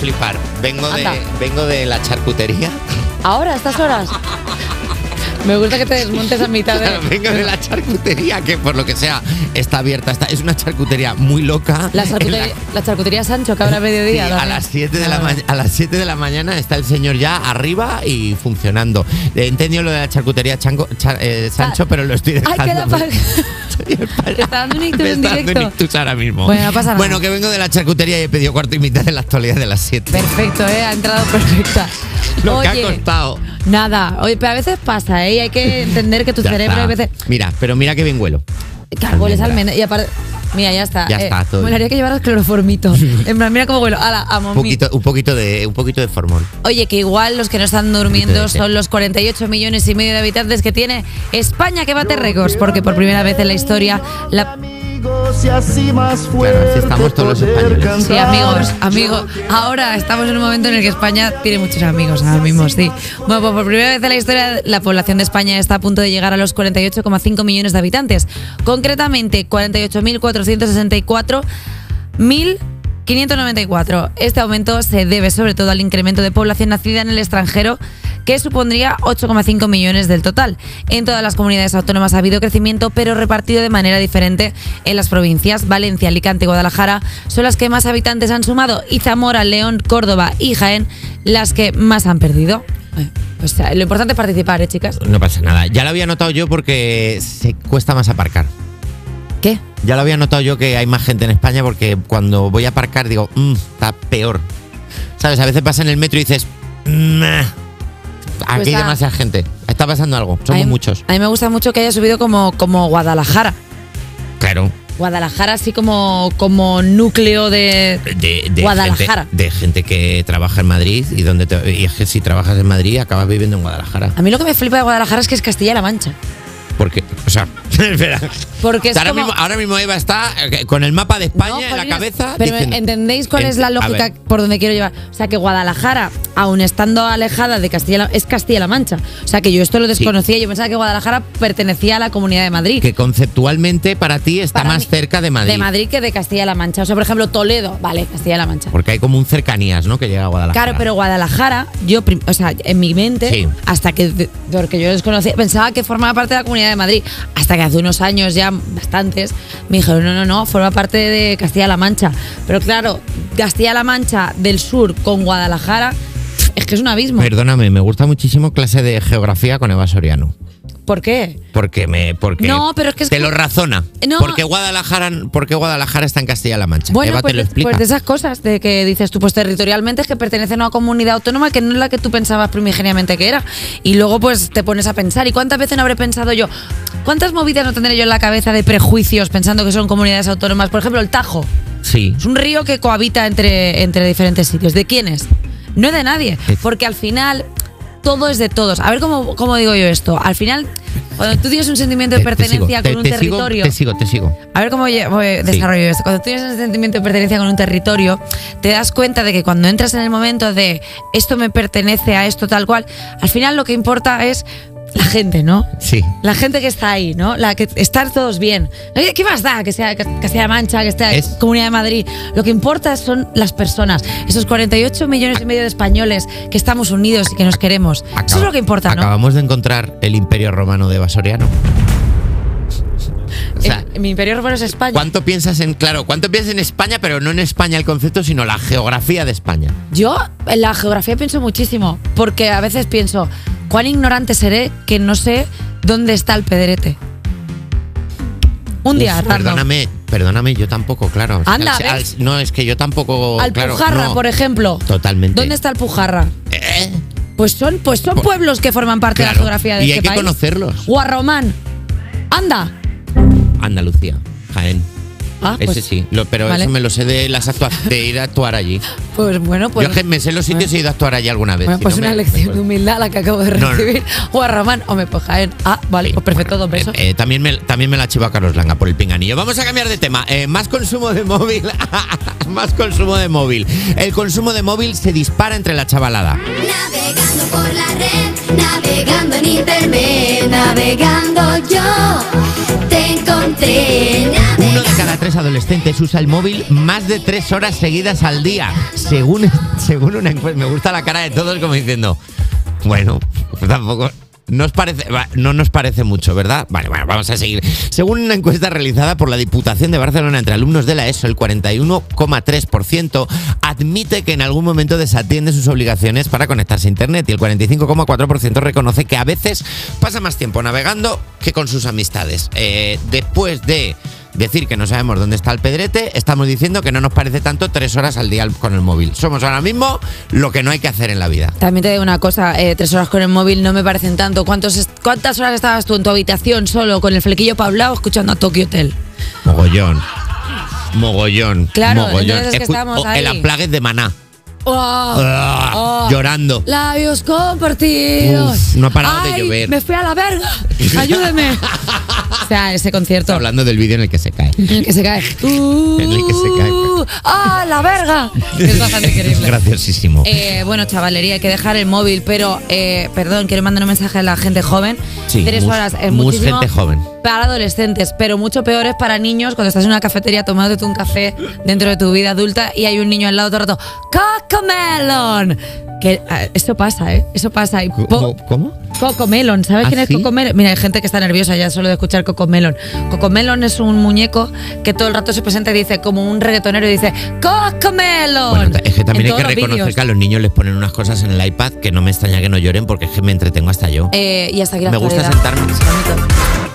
flipar. Vengo de, Anda. vengo de la charcutería. ¿Ahora, a estas horas? Me gusta que te desmontes a mitad de... vengo de la charcutería que por lo que sea está abierta. Está, es una charcutería muy loca. La En la- charcutería, la charcutería Sancho, que habrá Sí, mediodía. a ¿vale? las 7 de la Ah, ma- a las 7 de la mañana está el señor ya arriba y funcionando. He entendido lo de la charcutería Chango- Cha- eh, Sancho, pero lo estoy dejando. Ah. Ay, queda pa- Te está dando un ictus Me en está dando un directo. ictus ahora mismo. Bueno, no pasa nada. Bueno, que vengo de la charcutería y he pedido cuarto y mitad de la actualidad de las 7. Perfecto, ¿eh? ha entrado perfecta. Lo que Oye, ha costado. nada, oye, pero a veces pasa, ¿eh? Y hay que entender que tu Ya cerebro está. a veces... Mira, pero mira qué bien huelo. Cargoles Almendra. almendra. Y aparte... Mira, ya está. eh, Ya está, todo Me bien. haría que llevaras cloroformito. En plan, mira cómo vuelo. Ala, a Un mommy. poquito, un poquito de un poquito de formol. Oye, que igual los que no están Poquito durmiendo de té. son los 48 millones y medio de habitantes que tiene España que bate récords, porque por primera vez en la historia la... Amigos y así más Claro, así estamos todos los poder españoles. cantar. Sí, amigos, amigos. Ahora estamos en un momento en el que España tiene muchos amigos ahora mismo, sí. Bueno, pues por primera vez en la historia la población de España está a punto de llegar a los 48,5 millones de habitantes. Concretamente, 48.464 mil... 594. Este aumento se debe sobre todo al incremento de población nacida en el extranjero, que supondría 8,5 millones del total. En todas las comunidades autónomas ha habido crecimiento, pero repartido de manera diferente en las provincias. Valencia, Alicante y Guadalajara son las que más habitantes han sumado y Zamora, León, Córdoba y Jaén las que más han perdido. Eh, Pues eh, lo importante es participar, ¿eh, chicas? No pasa nada. Ya lo había notado yo porque se cuesta más aparcar. ¿Qué? Ya lo había notado yo que hay más gente en España porque cuando voy a aparcar digo, "Mm, está peor. ¿Sabes? A veces pasa en el metro y dices, "Nah, aquí Pues hay a- demasiada gente. Está pasando algo. A Somos mí- muchos. A mí me gusta mucho que haya subido como, como Guadalajara. Claro. Guadalajara así como, como núcleo de... De, de Guadalajara. Gente, de gente que trabaja en Madrid y donde te- y es que si trabajas en Madrid acabas viviendo en Guadalajara. A mí lo que me flipa de Guadalajara es que es Castilla-La Mancha. Porque, o sea, espera. Porque es ahora, como- mismo, ahora mismo Eva está eh, con el mapa de España No, en la Paulina, cabeza. Pero diciendo- ¿entendéis cuál es Ent- la a lógica ver, por donde quiero llevar? O sea, que Guadalajara, aun estando alejada de Castilla, es Castilla-La Mancha. O sea, que yo esto lo desconocía. Yo pensaba que Guadalajara pertenecía a la Comunidad de Madrid. que conceptualmente para ti está Para más mí- cerca de Madrid. De Madrid que de Castilla-La Mancha. O sea, por ejemplo, Toledo. Vale, Castilla-La Mancha. Porque hay como un cercanías, ¿no? Que llega a Guadalajara. Claro, pero Guadalajara, yo, prim- o sea, en mi mente, Sí. hasta que, de- porque yo desconocía, pensaba que formaba parte de la Comunidad de Madrid, hasta que hace unos años ya, bastantes, me dijeron, no, no, no, forma parte de Castilla-La Mancha. Pero claro, Castilla-La Mancha del sur con Guadalajara, es que es un abismo. Perdóname, me gusta muchísimo clase de geografía con Eva Soriano. ¿Por qué? Porque me. Porque No, pero es que es Te que- lo razona. No. Porque Guadalajara, porque Guadalajara está en Castilla-La Mancha. Bueno, Eva pues, te lo de- explica. pues de esas cosas, de que dices tú, pues territorialmente es que pertenecen a una comunidad autónoma que no es la que tú pensabas primigeniamente que era. Y luego pues te pones a pensar, ¿y cuántas veces no habré pensado yo? ¿Cuántas movidas no tendré yo en la cabeza de prejuicios pensando que son comunidades autónomas? Por ejemplo, el Tajo. Sí. Es un río que cohabita entre, entre diferentes sitios. ¿De quién es? No de nadie, Eh. porque al final todo es de todos. A ver cómo, cómo digo yo esto. Al final, cuando tú tienes un sentimiento de Te- te sigo, pertenencia te- con un te sigo, territorio... te sigo, te sigo. A ver cómo lle- voy- desarrollo esto. Cuando tienes ese sentimiento de pertenencia con un territorio, te das cuenta de que cuando entras en el momento de esto me pertenece a esto tal cual, al final lo que importa es la gente, ¿no? Sí. La gente que está ahí, ¿no? La que estar todos bien. Oye, ¿Qué más da que sea Cas- Castilla-La Mancha, que sea Es- Comunidad de Madrid? Lo que importa son las personas, esos 48 millones y medio de españoles que estamos unidos y que nos queremos. Eso es Acaba- lo que importa, ¿no? Acabamos de encontrar el imperio romano de Eva Soriano. O sea, Eh, mi imperio romano es España. ¿cuánto piensas en. Claro, ¿cuánto piensas en España, pero no en España el concepto, sino la geografía de España? Yo en la geografía pienso muchísimo, porque a veces pienso, ¿cuán ignorante seré que no sé dónde está el pedrete? Un día, Uf, random. perdóname, perdóname, yo tampoco, claro. Anda, Al- al- ¿ves? no, es que yo tampoco. Al oh, claro, Pujarra, no. por ejemplo. Totalmente. ¿Dónde está el Pujarra? Eh, Pues son, pues son Por- pueblos que forman parte de la claro, geografía de y este hay que país. conocerlos. Guarromán. Anda. Andalucía, Jaén. Ah, Ese pues, sí, lo- pero vale. eso me lo sé de las actua- de ir a actuar allí. Pues bueno, pues. yo es que me sé los sitios y he ido a actuar allí alguna vez. Bueno, si pues no me- me una lección de acuerdo. humildad la que acabo de No, no. recibir. Guarromán, hombre, pues Jaén. Ah, vale, pues perfecto, dos besos. Eh, eh, también, me, también me la chiva Carlos Langa por el pinganillo. Vamos a cambiar de tema. Eh, más consumo de móvil. más consumo de móvil. El consumo de móvil se dispara entre la chavalada. Navegando por la red, navegando en internet, navegando yo te Uno encontré. de Navegando. cada tres adolescentes usa el móvil más de tres horas seguidas al día. según, según una encuesta, me gusta la cara de todos como diciendo, bueno, tampoco... Nos parece, va, no nos parece mucho, ¿verdad? Vale, bueno, vamos a seguir. Según una encuesta realizada por la Diputación de Barcelona entre alumnos de la ESO, el 41,3% admite que en algún momento desatiende sus obligaciones para conectarse a Internet y el 45,4% reconoce que a veces pasa más tiempo navegando que con sus amistades. Eh, después de decir que no sabemos dónde está el pedrete, estamos diciendo que no nos parece tanto tres horas al día con el móvil. Somos ahora mismo lo que no hay que hacer en la vida. También te digo una cosa, eh, tres horas con el móvil no me parecen tanto. ¿Cuántos est- ¿Cuántas horas estabas tú en tu habitación solo con el flequillo pablao escuchando a Tokyo Hotel? Mogollón. Mogollón. Claro, mogollón. entonces es que estamos o- El ahí. aplague de maná. ¡Ah! Ah, ¡Ah! llorando. Labios compartidos. Uf, no ha parado de Ay, llover. Me fui a la verga. Ayúdeme. o sea, ese concierto. Hablando del vídeo en el que se cae. En el que se cae. En el que se cae. Uh, ¡Ah, la verga! Es bastante increíble. Graciosísimo. Eh, bueno, chavalería, hay que dejar el móvil, pero, eh, perdón, quiero mandar un mensaje a la gente joven. Sí, Tres mus- horas es mus muchísimo gente joven. Para adolescentes, pero mucho peor es para niños cuando estás en una cafetería tomándote un café dentro de tu vida adulta y hay un niño al lado todo el rato. ¡Cocomelon! Que ah, eso pasa, ¿eh? Eso pasa. Y po- ¿Cómo? ¿Cómo? Cocomelon, ¿sabes ¿Ah, quién es sí? Cocomelon? Mira, hay gente que está nerviosa ya solo de escuchar Cocomelon. Cocomelon es un muñeco que todo el rato se presenta y dice, como un reggaetonero, y dice ¡Cocomelon! Bueno, ta- es que En también hay todos que los reconocer vídeos. que a los niños les ponen unas cosas en el iPad que no me extraña que no lloren porque es que me entretengo hasta yo. Eh, y hasta aquí la Me gusta actualidad. sentarme. Bonito.